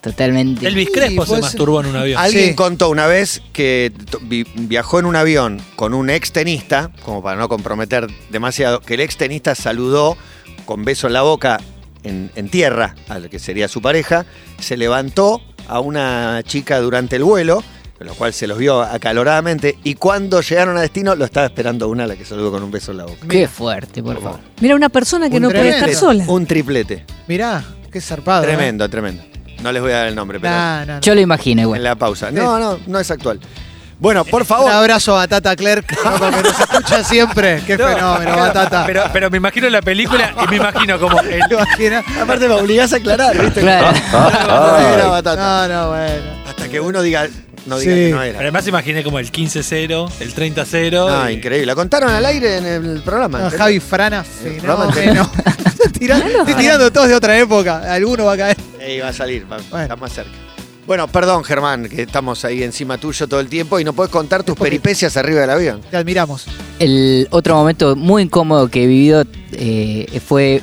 [SPEAKER 5] Totalmente.
[SPEAKER 4] Elvis
[SPEAKER 3] Sí, pues
[SPEAKER 4] Crespo se
[SPEAKER 3] puede ser.
[SPEAKER 4] masturbó en un avión.
[SPEAKER 2] Alguien
[SPEAKER 3] Sí.
[SPEAKER 2] contó una vez que to- vi- viajó en un avión con un ex tenista, como para no comprometer demasiado, que el ex tenista saludó con beso en la boca en, en tierra a lo que sería su pareja, se levantó a una chica durante el vuelo, lo cual se los vio acaloradamente, y cuando llegaron a destino lo estaba esperando una a la que saludó con un beso en la boca.
[SPEAKER 5] Qué fuerte, por favor.
[SPEAKER 6] Mira, una persona que
[SPEAKER 3] Un
[SPEAKER 6] no puede
[SPEAKER 3] tremendo.
[SPEAKER 6] estar sola. Ah.
[SPEAKER 2] Un triplete.
[SPEAKER 3] Mirá, qué zarpado. ¿eh?
[SPEAKER 2] Tremendo, tremendo. No les voy a dar el nombre, pero
[SPEAKER 3] Nah, nah, nah.
[SPEAKER 5] Yo lo imagino igual.
[SPEAKER 2] en la pausa. No, no, no es actual. Bueno, por
[SPEAKER 6] Eh,
[SPEAKER 2] favor,
[SPEAKER 3] Un abrazo a Tata Clerc, loco, que nos escucha
[SPEAKER 2] <laughs>
[SPEAKER 3] siempre. Qué
[SPEAKER 4] No,
[SPEAKER 3] fenómeno,
[SPEAKER 4] claro,
[SPEAKER 3] Batata.
[SPEAKER 4] Ah, Pero, pero me imagino la película y me imagino como el-
[SPEAKER 3] <laughs> ¿Te imaginas?
[SPEAKER 2] Aparte me obligás a aclarar, ¿viste?
[SPEAKER 5] Claro.
[SPEAKER 2] Ah, era batata.
[SPEAKER 3] No, no, bueno.
[SPEAKER 2] Hasta que uno diga, no diga
[SPEAKER 3] Sí.
[SPEAKER 2] que no
[SPEAKER 4] pero
[SPEAKER 2] era.
[SPEAKER 4] además imaginé como el 15-0, el 30-0.
[SPEAKER 2] Ah,
[SPEAKER 4] y-
[SPEAKER 2] increíble. La contaron al aire en el programa.
[SPEAKER 3] No,
[SPEAKER 2] ¿entendés?
[SPEAKER 3] Ah, Javi Frana,
[SPEAKER 2] El programa
[SPEAKER 3] fenómeno. <laughs> Tirá- Estoy tirando todos de otra época. Alguno va a caer.
[SPEAKER 2] Ey, va Eh, a salir, va,
[SPEAKER 3] Bueno.
[SPEAKER 2] está más cerca. Bueno, perdón, Germán, que estamos ahí encima tuyo todo el tiempo y no podés contar tus peripecias arriba del avión.
[SPEAKER 3] Te admiramos.
[SPEAKER 5] <laughs> El otro momento muy incómodo que he vivido eh, fue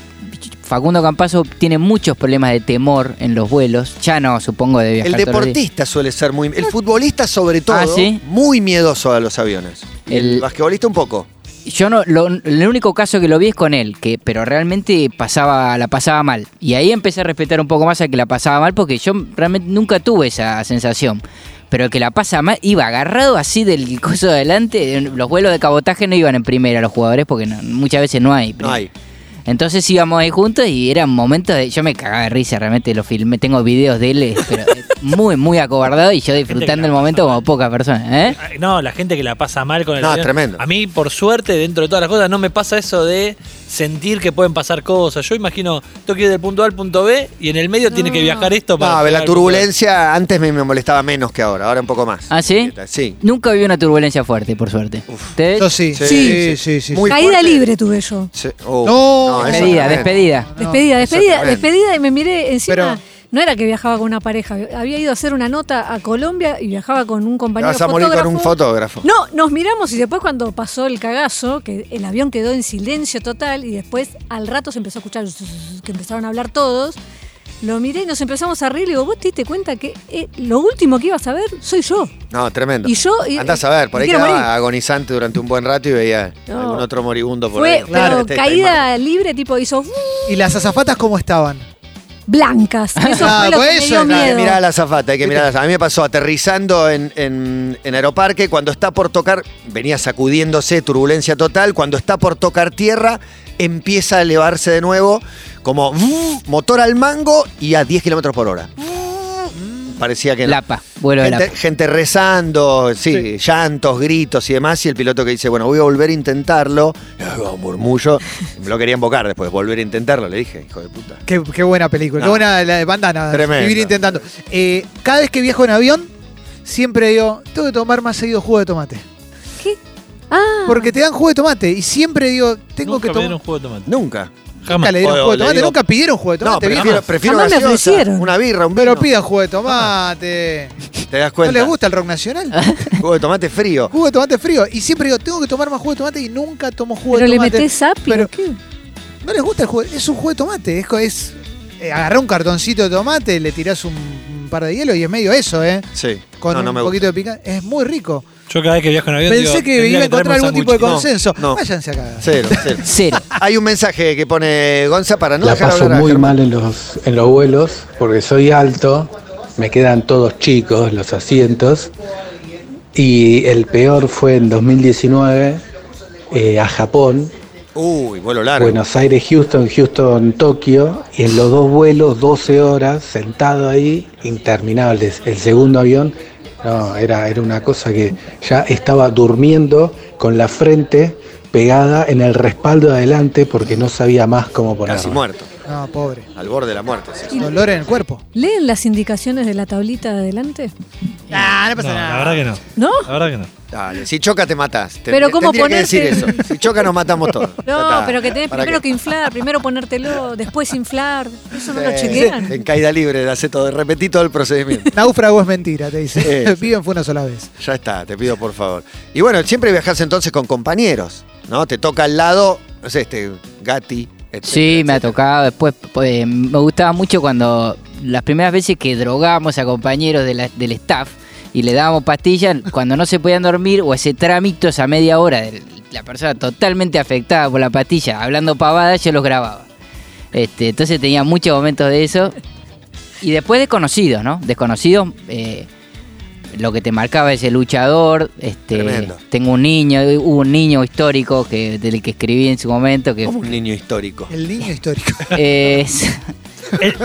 [SPEAKER 5] Facundo Campazo tiene muchos problemas de temor en los vuelos. Ya no, supongo, de viajar
[SPEAKER 2] El
[SPEAKER 5] todos los días.
[SPEAKER 2] deportista suele ser muy. El futbolista, sobre todo,
[SPEAKER 5] Ah, ¿sí?
[SPEAKER 2] muy miedoso a los aviones. Y El,
[SPEAKER 5] El-
[SPEAKER 2] basquetbolista, un poco.
[SPEAKER 5] Yo no, lo- el único caso que lo vi es con él, que pero realmente pasaba, la pasaba mal. Y ahí empecé a respetar un poco más a que la pasaba mal, porque yo realmente nunca tuve esa sensación. pero el que la pasa mal iba agarrado así del coso de adelante. Los vuelos de cabotaje no iban en primera los jugadores porque no- muchas veces no hay.
[SPEAKER 2] No hay.
[SPEAKER 5] Entonces íbamos ahí juntos y eran momentos de. Yo me cagaba de risa, realmente lo filmé. Tengo videos de él,
[SPEAKER 2] <laughs>
[SPEAKER 5] pero muy, muy acobardado y yo disfrutando el momento como poca persona. ¿eh?
[SPEAKER 4] Ay, No, la gente que la pasa mal con el
[SPEAKER 2] No,
[SPEAKER 4] avión.
[SPEAKER 2] tremendo.
[SPEAKER 4] A mí, por suerte, dentro de todas las cosas, no me pasa eso de sentir que pueden pasar cosas. Yo imagino, tengo que ir del punto A al punto B y en el medio tiene que viajar esto para.
[SPEAKER 2] No, a ver, la
[SPEAKER 4] llegar al punto B.
[SPEAKER 2] turbulencia antes me, me molestaba menos que ahora, ahora un poco más.
[SPEAKER 5] ¿Ah, sí?
[SPEAKER 2] Sí.
[SPEAKER 5] Nunca vi una turbulencia fuerte, por suerte.
[SPEAKER 6] ¿Eh?
[SPEAKER 5] ¿Ustedes?
[SPEAKER 3] Yo sí.
[SPEAKER 2] Sí,
[SPEAKER 3] sí, sí, sí.
[SPEAKER 2] Muy
[SPEAKER 6] Caída
[SPEAKER 2] fuerte.
[SPEAKER 6] libre tuve yo.
[SPEAKER 2] Sí. Oh, eso
[SPEAKER 3] No,
[SPEAKER 5] Despedida,
[SPEAKER 2] tremendo.
[SPEAKER 5] despedida.
[SPEAKER 3] No,
[SPEAKER 6] Despedida,
[SPEAKER 2] eso
[SPEAKER 6] despedida,
[SPEAKER 2] tremendo.
[SPEAKER 6] despedida y me miré encima.
[SPEAKER 3] Pero-
[SPEAKER 6] no era que viajaba con una pareja, había ido a hacer una nota a Colombia y viajaba con un
[SPEAKER 2] Te
[SPEAKER 6] compañero
[SPEAKER 2] vas a morir con un fotógrafo.
[SPEAKER 6] No, nos miramos y después cuando pasó el cagazo, que el avión quedó en silencio total y después al rato se empezó a escuchar zzzz, que empezaron a hablar todos. Lo miré y nos empezamos a reír y digo, vos te diste cuenta que eh, lo último que ibas a ver soy yo.
[SPEAKER 2] No, tremendo.
[SPEAKER 6] Y yo- y-
[SPEAKER 2] Andás a ver, por
[SPEAKER 6] me
[SPEAKER 2] ahí
[SPEAKER 6] quiero
[SPEAKER 2] quedaba
[SPEAKER 6] morir.
[SPEAKER 2] agonizante durante un buen rato y veía
[SPEAKER 6] No.
[SPEAKER 2] algún otro moribundo por ahí.
[SPEAKER 6] Fue,
[SPEAKER 2] Claro,
[SPEAKER 6] pero
[SPEAKER 2] este está ahí mal.
[SPEAKER 6] caída libre, tipo hizo "Uh",
[SPEAKER 3] ¿Y las azafatas cómo estaban?
[SPEAKER 2] <laughs>
[SPEAKER 6] blancas. Eso
[SPEAKER 3] Ah,
[SPEAKER 6] fue lo que
[SPEAKER 3] pues
[SPEAKER 6] me
[SPEAKER 3] eso
[SPEAKER 6] dio
[SPEAKER 3] es
[SPEAKER 2] Hay que
[SPEAKER 6] miedo.
[SPEAKER 2] mirar a la zafata, hay que mirar a la zafata. A mí me pasó aterrizando en, en- en Aeroparque, cuando está por tocar, venía sacudiéndose, turbulencia total, cuando está por tocar tierra, empieza a elevarse de nuevo, como ¡vuf! motor al mango y a 10 kilómetros por hora. Parecía que no.
[SPEAKER 5] Lapa, vuelo de
[SPEAKER 2] Gente,
[SPEAKER 5] Lapa.
[SPEAKER 2] gente rezando, sí, llantos, gritos y demás, y el piloto que dice, bueno, voy a volver a intentarlo, <laughs> murmullo, me lo quería invocar después, volver a intentarlo, le dije, hijo de puta.
[SPEAKER 3] Qué, qué buena película,
[SPEAKER 2] No.
[SPEAKER 3] qué buena la de bandana.
[SPEAKER 2] Tremendo.
[SPEAKER 3] Vivir intentando. Eh, cada vez que viajo en avión, siempre digo, tengo que tomar más seguido jugo de tomate.
[SPEAKER 6] ¿Qué? Ah,
[SPEAKER 3] Porque te dan jugo de tomate y siempre digo, tengo
[SPEAKER 4] Nunca
[SPEAKER 3] que
[SPEAKER 4] me dieron
[SPEAKER 3] tomar.
[SPEAKER 4] un juego de tomate.
[SPEAKER 2] Nunca.
[SPEAKER 4] Jamás.
[SPEAKER 3] Nunca le
[SPEAKER 2] O-
[SPEAKER 3] dieron
[SPEAKER 2] o
[SPEAKER 3] jugo de
[SPEAKER 2] le
[SPEAKER 3] tomate,
[SPEAKER 2] digo-
[SPEAKER 3] nunca pidieron jugo de
[SPEAKER 2] No,
[SPEAKER 3] tomate.
[SPEAKER 2] pero
[SPEAKER 3] viejo.
[SPEAKER 2] prefiero, prefiero
[SPEAKER 6] Jamás me
[SPEAKER 2] gaseosa,
[SPEAKER 6] ofrecieron.
[SPEAKER 2] una birra, un vino.
[SPEAKER 3] pero pidan jugo
[SPEAKER 2] <laughs>
[SPEAKER 3] de tomate.
[SPEAKER 2] ¿Te das
[SPEAKER 3] ¿No
[SPEAKER 2] cuenta?
[SPEAKER 3] les gusta el rock
[SPEAKER 6] <laughs>
[SPEAKER 3] nacional?
[SPEAKER 2] Jugo de tomate frío.
[SPEAKER 3] jugo de tomate frío. Y siempre digo, tengo que tomar más jugo de tomate y nunca tomo jugo
[SPEAKER 6] pero
[SPEAKER 3] de
[SPEAKER 6] le
[SPEAKER 3] tomate.
[SPEAKER 6] metés apio.
[SPEAKER 3] Pero-
[SPEAKER 6] ¿qué?
[SPEAKER 3] No les gusta el jugo, es un jugo de tomate, es, co- es eh, agarrá un cartoncito de tomate, le tirás un, un par de hielo y es medio eso, ¿eh.
[SPEAKER 2] Sí.
[SPEAKER 3] Con
[SPEAKER 2] no, no
[SPEAKER 3] un
[SPEAKER 2] me
[SPEAKER 3] poquito de picante, es muy rico.
[SPEAKER 4] Yo cada vez que viajo en avión.
[SPEAKER 3] Pensé
[SPEAKER 4] digo,
[SPEAKER 3] que
[SPEAKER 4] "Tendría
[SPEAKER 3] iba a encontrar
[SPEAKER 4] traerme
[SPEAKER 3] algún
[SPEAKER 4] un
[SPEAKER 3] tipo de
[SPEAKER 4] sándwich".
[SPEAKER 2] No,
[SPEAKER 3] consenso.
[SPEAKER 2] no.
[SPEAKER 3] Váyanse a cagar.
[SPEAKER 2] gusta. Cero, cero.
[SPEAKER 5] Cero.
[SPEAKER 2] Hay un mensaje que pone Gonza para no
[SPEAKER 7] La
[SPEAKER 2] dejar
[SPEAKER 7] paso
[SPEAKER 2] hablar a
[SPEAKER 7] muy
[SPEAKER 2] Germán.
[SPEAKER 7] mal en los, en los vuelos porque soy alto, me quedan todos chicos los asientos y el peor fue en 2019 eh, a Japón,
[SPEAKER 2] Uy, vuelo largo.
[SPEAKER 7] Buenos Aires, Houston, Houston, Tokio y en los dos vuelos 12 horas sentado ahí interminables. El segundo avión no, era, era una cosa que ya estaba durmiendo con la frente pegada en el respaldo de adelante porque no sabía más cómo
[SPEAKER 2] Casi
[SPEAKER 7] ponerlo.
[SPEAKER 2] muerto.
[SPEAKER 3] No, pobre.
[SPEAKER 2] Al borde de la muerte. sí.
[SPEAKER 3] Dolor en el cuerpo.
[SPEAKER 6] ¿Leen las indicaciones de la tablita de adelante?
[SPEAKER 3] Ah, no
[SPEAKER 4] No, la verdad que no.
[SPEAKER 6] ¿No.
[SPEAKER 4] La verdad que no.
[SPEAKER 2] Dale, si choca te matás. Ten-
[SPEAKER 6] Pero ¿cómo
[SPEAKER 2] tendría que decir
[SPEAKER 6] ponerte?
[SPEAKER 2] eso. Si choca nos matamos todos. Ya
[SPEAKER 6] No,
[SPEAKER 2] está.
[SPEAKER 6] pero que tenés
[SPEAKER 2] ¿Para
[SPEAKER 6] primero
[SPEAKER 2] qué?
[SPEAKER 6] que inflar, primero ponértelo, después inflar. Eso no lo
[SPEAKER 2] Sí,
[SPEAKER 6] chequean.
[SPEAKER 2] En caída libre, hace todo, repetí todo el procedimiento.
[SPEAKER 3] Náufrago es mentira, te dice. <laughs>
[SPEAKER 2] Sí, sí.
[SPEAKER 3] Viven fue una sola vez.
[SPEAKER 2] Ya está, te pido por favor. Y bueno, siempre viajás entonces con compañeros, ¿no? Te toca al lado, no sé, este, Gatti. etcétera,
[SPEAKER 5] Sí, me ha
[SPEAKER 2] etcétera.
[SPEAKER 5] tocado. Después pues, me gustaba mucho cuando las primeras veces que drogamos a compañeros de la- del staff y le dábamos pastillas, cuando no se podían dormir o ese trámite a media hora de la persona totalmente afectada por la pastilla, hablando pavadas, yo los grababa. Este, entonces tenía muchos momentos de eso. Y después desconocidos, ¿no? Desconocidos, eh, lo que te marcaba ese luchador. Este,
[SPEAKER 2] Tremendo.
[SPEAKER 5] Tengo un niño, hubo un niño histórico que, del que escribí en su momento. que
[SPEAKER 2] Como un niño histórico.
[SPEAKER 3] El niño
[SPEAKER 5] <laughs>
[SPEAKER 3] histórico.
[SPEAKER 5] eh, es-
[SPEAKER 4] El-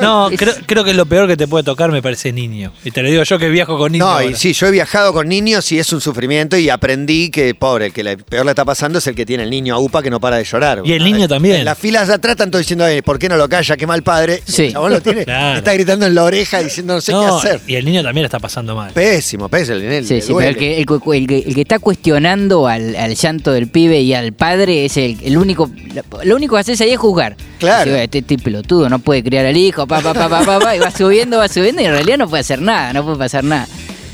[SPEAKER 4] no,
[SPEAKER 5] Es-
[SPEAKER 4] creo, creo que lo peor que te puede tocar me parece niño. Y te lo digo yo que viajo con niños.
[SPEAKER 2] No, y
[SPEAKER 4] ahora.
[SPEAKER 2] sí, yo he viajado con niños y es un sufrimiento y aprendí que, pobre, el que la- peor la está pasando es el que tiene el niño a UPA que no para de llorar.
[SPEAKER 4] Y el niño también.
[SPEAKER 2] En las filas de atrás están todos diciendo, "Ay, ¿por qué no lo calla? Qué mal padre. Y El
[SPEAKER 5] Sí.
[SPEAKER 2] chabón lo tiene,
[SPEAKER 4] <laughs> Claro.
[SPEAKER 2] está gritando en la oreja diciendo, no sé qué
[SPEAKER 4] No,
[SPEAKER 2] hacer.
[SPEAKER 4] Y el niño también la está pasando mal.
[SPEAKER 2] Pésimo, pésimo. <laughs> El, el,
[SPEAKER 5] sí, sí, pero el que, el que- el que- el que está cuestionando al, al llanto del pibe y al padre es el, el único. Lo único que haces ahí es juzgar.
[SPEAKER 2] Claro.
[SPEAKER 5] Dice, "Bueno, este, este pelotudo no puede criar al hijo, pa, pa, pa, pa, pa, pa", y va subiendo, va subiendo, y en realidad no puede hacer nada, no puede pasar nada.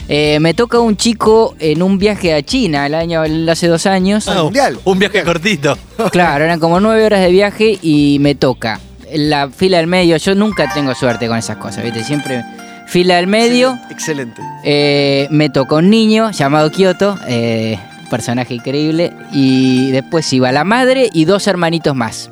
[SPEAKER 5] Eh, me toca un chico en un viaje a China el año el- hace dos años.
[SPEAKER 2] Ah, mundial.
[SPEAKER 4] Un viaje cortito.
[SPEAKER 5] Claro, eran como nueve horas de viaje y me toca. La fila del medio, yo nunca tengo suerte con esas cosas, ¿viste? Siempre fila del medio.
[SPEAKER 2] Excelente.
[SPEAKER 5] Eh, me tocó un niño llamado Kyoto, eh, personaje increíble, y después iba la madre y dos hermanitos más.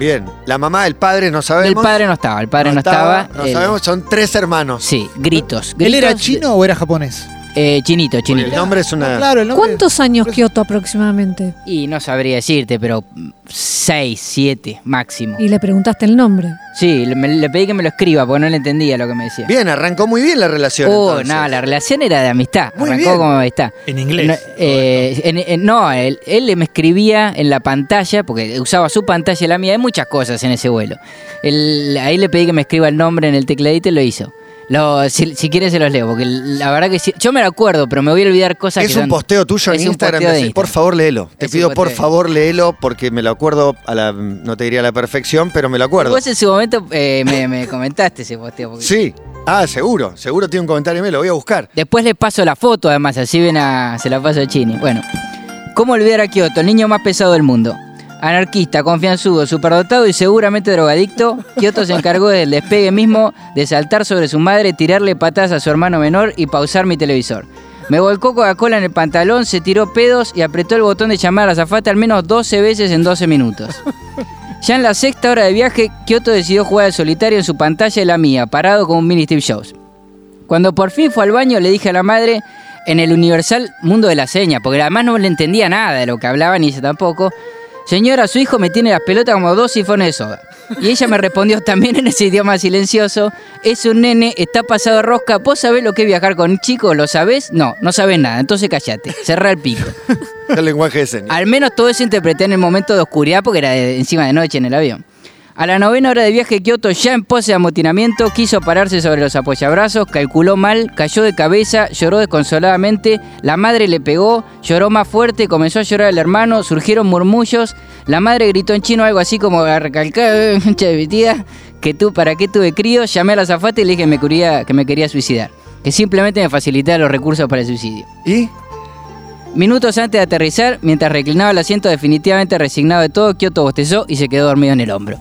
[SPEAKER 2] Bien. La mamá, el padre, no
[SPEAKER 5] El
[SPEAKER 2] sabemos.
[SPEAKER 5] padre no estaba, el padre no, estaba.
[SPEAKER 2] No
[SPEAKER 5] el-
[SPEAKER 2] sabemos, son tres hermanos.
[SPEAKER 5] Sí, gritos.
[SPEAKER 3] ¿Él era
[SPEAKER 5] gritos,
[SPEAKER 3] chino o era japonés?
[SPEAKER 5] eh, chinito,
[SPEAKER 2] El
[SPEAKER 5] chinito.
[SPEAKER 2] nombre es una.
[SPEAKER 3] Claro, el nombre.
[SPEAKER 6] ¿Cuántos años Kioto aproximadamente?
[SPEAKER 5] Y no sabría decirte, pero 6, 7 máximo.
[SPEAKER 6] Y le preguntaste el nombre.
[SPEAKER 5] Sí, le, me- le pedí que me lo escriba porque no le entendía lo que me decía.
[SPEAKER 2] Bien, arrancó muy bien la relación.
[SPEAKER 5] oh,
[SPEAKER 2] entonces.
[SPEAKER 5] no, la relación era de amistad.
[SPEAKER 2] Muy
[SPEAKER 5] Arrancó
[SPEAKER 2] bien.
[SPEAKER 5] como amistad.
[SPEAKER 4] En inglés.
[SPEAKER 5] No, eh, en- en- no, él, él me escribía en la pantalla, porque usaba su pantalla y la mía. Hay muchas cosas en ese vuelo. Él- ahí le pedí que me escriba el nombre en el tecladito y lo hizo. Lo- si, si quieren se los leo, porque la verdad que sí- yo me lo acuerdo, pero me voy a olvidar cosas que
[SPEAKER 2] Es un
[SPEAKER 5] son-
[SPEAKER 2] posteo tuyo en
[SPEAKER 5] es un
[SPEAKER 2] Instagram.
[SPEAKER 5] posteo de
[SPEAKER 2] decís, Por
[SPEAKER 5] Instagram.
[SPEAKER 2] favor, léelo. Te
[SPEAKER 5] Es un
[SPEAKER 2] pido, por
[SPEAKER 5] posteo.
[SPEAKER 2] favor, léelo porque me lo acuerdo a la. No te diría a la perfección, pero me lo acuerdo.
[SPEAKER 5] Vos en su momento eh, me, me comentaste ese posteo. porque-
[SPEAKER 2] Sí. Ah, seguro. Seguro tiene un comentario mío. Lo voy a buscar.
[SPEAKER 5] Después les paso la foto, además, así ven a. Se la paso a Chini. Bueno, ¿cómo olvidar a Kioto, el niño más pesado del mundo? Anarquista, confianzudo, superdotado y seguramente drogadicto, Kioto se encargó del despegue mismo de saltar sobre su madre, tirarle patadas a su hermano menor y pausar mi televisor. Me volcó Coca-Cola en el pantalón, se tiró pedos y apretó el botón de llamar a la zafata al menos 12 veces en 12 minutos. Ya en la sexta hora de viaje, Kioto decidió jugar al solitario en su pantalla y la mía, parado como un mini Steve Jobs. Cuando por fin fue al baño, le dije a la madre en el universal mundo de la seña, porque además no le entendía nada de lo que hablaban ni ella tampoco. Señora, su hijo me tiene las pelotas como dos sifones de soda. Y ella me respondió <laughs> también en ese idioma silencioso: Es un nene, está pasado de rosca. ¿Vos sabés lo que es viajar con chicos? ¿Lo sabés? No, no sabés nada. Entonces callate, cerrá el pico.
[SPEAKER 2] El lenguaje de señas.
[SPEAKER 5] Al menos todo eso interpreté en el momento de oscuridad porque era de- encima de noche en el avión. A la novena hora de viaje, Kioto, ya en pose de amotinamiento, quiso pararse sobre los apoyabrazos, calculó mal, cayó de cabeza, lloró desconsoladamente, la madre le pegó, lloró más fuerte, comenzó a llorar el hermano, surgieron murmullos, la madre gritó en chino algo así como a recalcar, <laughs> "Concha de mi tía, que tú, ¿para qué tuve crío? Llamé a la zafata y le dije que me, quería, que me quería suicidar, que simplemente me facilitaba los recursos para el suicidio.
[SPEAKER 2] ¿Y?
[SPEAKER 5] Minutos antes de aterrizar, mientras reclinaba el asiento definitivamente resignado de todo, Kioto bostezó y se quedó dormido en el hombro.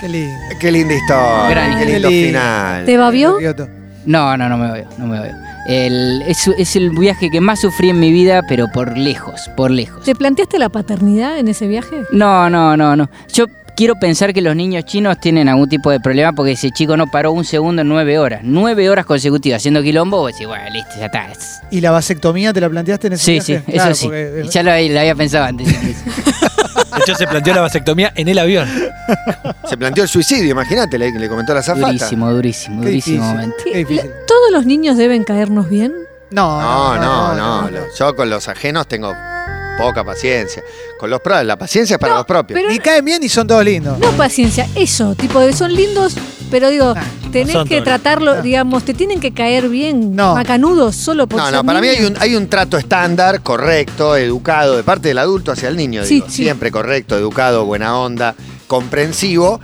[SPEAKER 3] Qué lindo.
[SPEAKER 2] Qué linda historia.
[SPEAKER 5] Gran
[SPEAKER 2] qué lindo
[SPEAKER 3] historia.
[SPEAKER 2] final.
[SPEAKER 6] ¿Te babió?
[SPEAKER 3] Kioto.
[SPEAKER 5] No, no, no me veo, no me veo. El- es, es el viaje que más sufrí en mi vida, pero por lejos, por lejos.
[SPEAKER 6] ¿Te planteaste la paternidad en ese viaje?
[SPEAKER 5] No, no, no, no. Yo quiero pensar que los niños chinos tienen algún tipo de problema porque ese chico no paró un segundo en nueve horas. Nueve horas consecutivas haciendo quilombo, vos decís, bueno, listo, ya está. es-
[SPEAKER 3] ¿Y la vasectomía te la planteaste en ese
[SPEAKER 5] Sí, sí,
[SPEAKER 3] viaje?
[SPEAKER 5] eso
[SPEAKER 3] Claro,
[SPEAKER 5] sí.
[SPEAKER 3] porque, eh,
[SPEAKER 5] Ya lo, lo había pensado antes.
[SPEAKER 4] De hecho, se planteó la vasectomía en el avión.
[SPEAKER 2] Se planteó el suicidio, imagínate, le, le comentó a la zafata.
[SPEAKER 5] durísimo, durísimo,
[SPEAKER 3] Qué difícil.
[SPEAKER 5] durísimo momento.
[SPEAKER 3] Qué difícil.
[SPEAKER 6] ¿Todos los niños deben caernos bien?
[SPEAKER 3] No,
[SPEAKER 2] No, no, no,
[SPEAKER 3] no.
[SPEAKER 2] Yo con los ajenos tengo poca paciencia. Con los propios, la paciencia es para
[SPEAKER 6] No,
[SPEAKER 2] los propios.
[SPEAKER 6] pero-
[SPEAKER 3] Ni caen bien ni son todos lindos.
[SPEAKER 6] No paciencia, eso, tipo de son lindos, pero digo,
[SPEAKER 2] Ah,
[SPEAKER 6] tenés
[SPEAKER 4] son
[SPEAKER 6] que
[SPEAKER 4] todos
[SPEAKER 6] tratarlo,
[SPEAKER 3] lindos.
[SPEAKER 6] digamos, te tienen que caer bien,
[SPEAKER 3] No.
[SPEAKER 6] macanudos, solo por
[SPEAKER 2] No,
[SPEAKER 6] ser
[SPEAKER 2] no, para mí
[SPEAKER 6] niños.
[SPEAKER 2] hay un, hay un trato estándar, correcto, educado, de parte del adulto hacia el niño.
[SPEAKER 6] Sí,
[SPEAKER 2] digo.
[SPEAKER 6] sí.
[SPEAKER 2] Siempre correcto, educado, buena onda, comprensivo.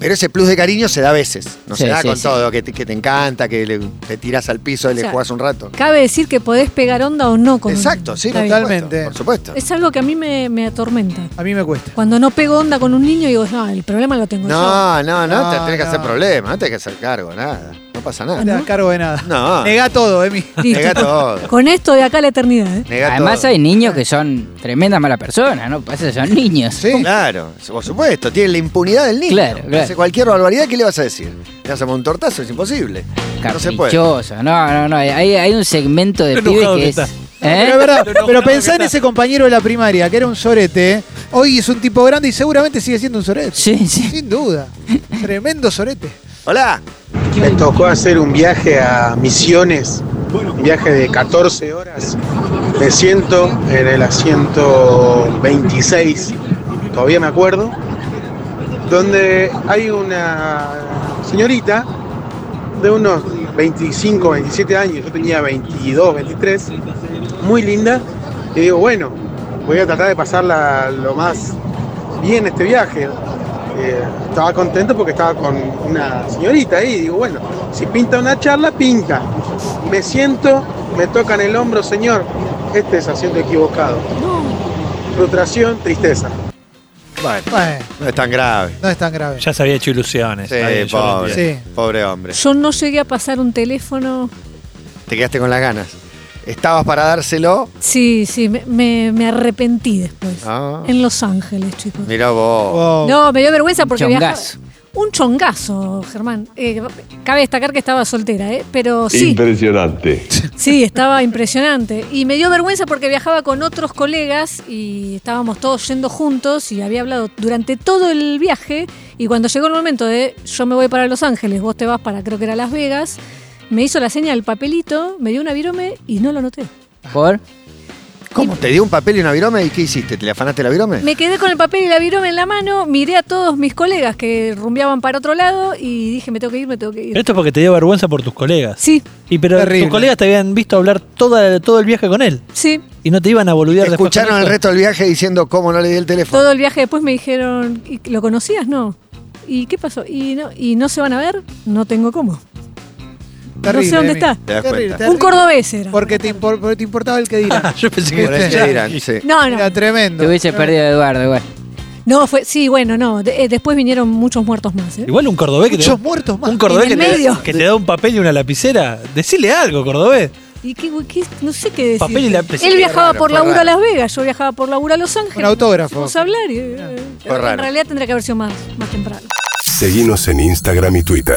[SPEAKER 2] Pero ese plus de cariño se da a veces. No se
[SPEAKER 5] Sí,
[SPEAKER 2] da
[SPEAKER 5] sí,
[SPEAKER 2] con
[SPEAKER 5] sí.
[SPEAKER 2] todo, que te, que te encanta, que le- te tiras al piso y le
[SPEAKER 6] O sea,
[SPEAKER 2] jugás un rato.
[SPEAKER 6] Cabe decir que podés pegar onda o no con un
[SPEAKER 2] Exacto, sí,
[SPEAKER 6] Está
[SPEAKER 2] por
[SPEAKER 6] bien.
[SPEAKER 3] Totalmente.
[SPEAKER 2] supuesto, Por supuesto.
[SPEAKER 6] Es algo que a mí me, me atormenta.
[SPEAKER 3] A mí me cuesta.
[SPEAKER 6] Cuando no pego onda con un niño, digo, no, el problema lo tengo yo.
[SPEAKER 2] No, no, no,
[SPEAKER 3] No,
[SPEAKER 2] te tenés que
[SPEAKER 3] no.
[SPEAKER 2] hacer problema, no tenés que hacer cargo, nada. No pasa
[SPEAKER 3] No
[SPEAKER 2] nada.
[SPEAKER 3] te das cargo de nada.
[SPEAKER 2] No.
[SPEAKER 3] Negá todo, Emi.
[SPEAKER 2] <laughs>
[SPEAKER 6] Ah, Listo.
[SPEAKER 2] Negá
[SPEAKER 6] <laughs>
[SPEAKER 2] todo.
[SPEAKER 6] Con esto de acá a la eternidad, ¿eh?
[SPEAKER 2] Negá
[SPEAKER 5] Además
[SPEAKER 2] todo.
[SPEAKER 5] hay niños que son tremendas malas personas, ¿no? Pasa, que son niños.
[SPEAKER 3] Sí.
[SPEAKER 2] Claro, por supuesto, tiene la impunidad del niño.
[SPEAKER 5] Claro, claro.
[SPEAKER 2] Hace cualquier barbaridad, ¿qué le vas a decir? Le hacemos un tortazo, es imposible. No se puede.
[SPEAKER 5] Caprichosos. No, no, no. Hay, hay un segmento de
[SPEAKER 4] Qué
[SPEAKER 5] pibes
[SPEAKER 4] enojado
[SPEAKER 5] que,
[SPEAKER 4] que
[SPEAKER 5] es.
[SPEAKER 4] está.
[SPEAKER 5] ¿Eh?
[SPEAKER 3] Pero, es verdad,
[SPEAKER 4] Lo
[SPEAKER 3] pero
[SPEAKER 4] enojado
[SPEAKER 3] pensá
[SPEAKER 4] que
[SPEAKER 3] en
[SPEAKER 4] está.
[SPEAKER 3] ese compañero de la primaria, que era un sorete. Hoy es un tipo grande y seguramente sigue siendo un sorete.
[SPEAKER 5] Sí, sí.
[SPEAKER 3] Sin duda. Tremendo sorete.
[SPEAKER 2] Hola.
[SPEAKER 7] Me tocó hacer un viaje a Misiones, un viaje de 14 horas. Me siento en el asiento 26, todavía me acuerdo, donde hay una señorita de unos 25, 27 años, yo tenía 22, 23, muy linda, y digo, bueno, voy a tratar de pasarla lo más bien este viaje. Eh, estaba contento porque estaba con una señorita ahí. Digo, bueno, si pinta una charla, pinta. Me siento, me tocan el hombro, señor. Este es asiento equivocado. Frustración, tristeza.
[SPEAKER 2] Bueno,
[SPEAKER 3] Bueno,
[SPEAKER 2] no es tan grave.
[SPEAKER 3] no es tan grave.
[SPEAKER 4] Ya se había hecho ilusiones.
[SPEAKER 2] Sí,
[SPEAKER 4] Está bien, yo lo
[SPEAKER 2] pobre.
[SPEAKER 4] entiendo.
[SPEAKER 3] entiendo.
[SPEAKER 2] Pobre hombre.
[SPEAKER 6] Yo no llegué a pasar un teléfono.
[SPEAKER 2] Te quedaste con las ganas. ¿Estabas para dárselo?
[SPEAKER 6] Sí, sí, me, me- me arrepentí después.
[SPEAKER 2] Ah.
[SPEAKER 6] En Los Ángeles, chicos.
[SPEAKER 2] Mirá vos.
[SPEAKER 3] Wow.
[SPEAKER 6] No, me dio vergüenza porque viajaba.
[SPEAKER 5] Chongazo.
[SPEAKER 6] Un chongazo, Germán. Eh, cabe destacar que estaba soltera, ¿eh? Pero sí.
[SPEAKER 8] Impresionante.
[SPEAKER 6] Sí, estaba impresionante. Y me dio vergüenza porque viajaba con otros colegas y estábamos todos yendo juntos y había hablado durante todo el viaje. Y cuando llegó el momento de yo me voy para Los Ángeles, vos te vas para, creo que era Las Vegas, me hizo la seña del papelito, me dio una virome y no lo noté.
[SPEAKER 5] ¿Por?
[SPEAKER 2] ¿Cómo? ¿Te dio un papel y una virome? ¿Y qué hiciste? ¿Te le afanaste la virome?
[SPEAKER 6] Me quedé con el papel y la virome en la mano, miré a todos mis colegas que rumbeaban para otro lado y dije, me tengo que ir, me tengo que ir.
[SPEAKER 4] Esto es porque te dio vergüenza por tus colegas.
[SPEAKER 6] Sí,
[SPEAKER 4] Y pero
[SPEAKER 3] Terrible.
[SPEAKER 4] tus colegas te habían visto hablar toda, todo el viaje con él.
[SPEAKER 6] sí.
[SPEAKER 4] Y no te iban a boludear después con
[SPEAKER 2] Escucharon el
[SPEAKER 4] eso. <laughs>
[SPEAKER 2] resto del viaje diciendo cómo no le di el teléfono.
[SPEAKER 6] Todo el viaje después me dijeron, "¿Y ¿lo conocías? No. ¿Y qué pasó? ¿Y no, y no se van a ver? No tengo cómo.
[SPEAKER 3] Terrible,
[SPEAKER 6] no sé dónde
[SPEAKER 3] Emi.
[SPEAKER 6] está.
[SPEAKER 2] ¿Te das
[SPEAKER 3] Terrible,
[SPEAKER 2] cuenta?
[SPEAKER 3] terrible.
[SPEAKER 6] Un cordobés era.
[SPEAKER 3] Porque te, impor- porque te importaba el que dirán.
[SPEAKER 4] Yo pensé que
[SPEAKER 2] Por ahí te dirán, sí.
[SPEAKER 6] <laughs> No, no.
[SPEAKER 3] Era tremendo.
[SPEAKER 5] Te hubiese perdido a Eduardo igual.
[SPEAKER 6] No, fue, sí, bueno, no. De- eh, después vinieron muchos muertos más. ¿eh?
[SPEAKER 4] Igual un cordobés que te,
[SPEAKER 3] Muchos muertos más.
[SPEAKER 4] un cordobés que
[SPEAKER 6] En el
[SPEAKER 4] te,
[SPEAKER 6] medio.
[SPEAKER 4] que te da un papel y una lapicera. Decile algo, cordobés.
[SPEAKER 6] Y qué, qué- no sé qué decir.
[SPEAKER 4] Papel y lápiz.
[SPEAKER 6] Él viajaba
[SPEAKER 2] raro,
[SPEAKER 6] por
[SPEAKER 2] fue
[SPEAKER 6] laburo a
[SPEAKER 2] raro.
[SPEAKER 6] Las Vegas, yo viajaba por laburo a Los Ángeles.
[SPEAKER 3] Un autógrafo.
[SPEAKER 6] Vamos a hablar. y, eh,
[SPEAKER 2] Fue
[SPEAKER 6] en
[SPEAKER 2] raro.
[SPEAKER 6] realidad tendría que haber sido más, más temprano.
[SPEAKER 9] Seguimos en Instagram y Twitter.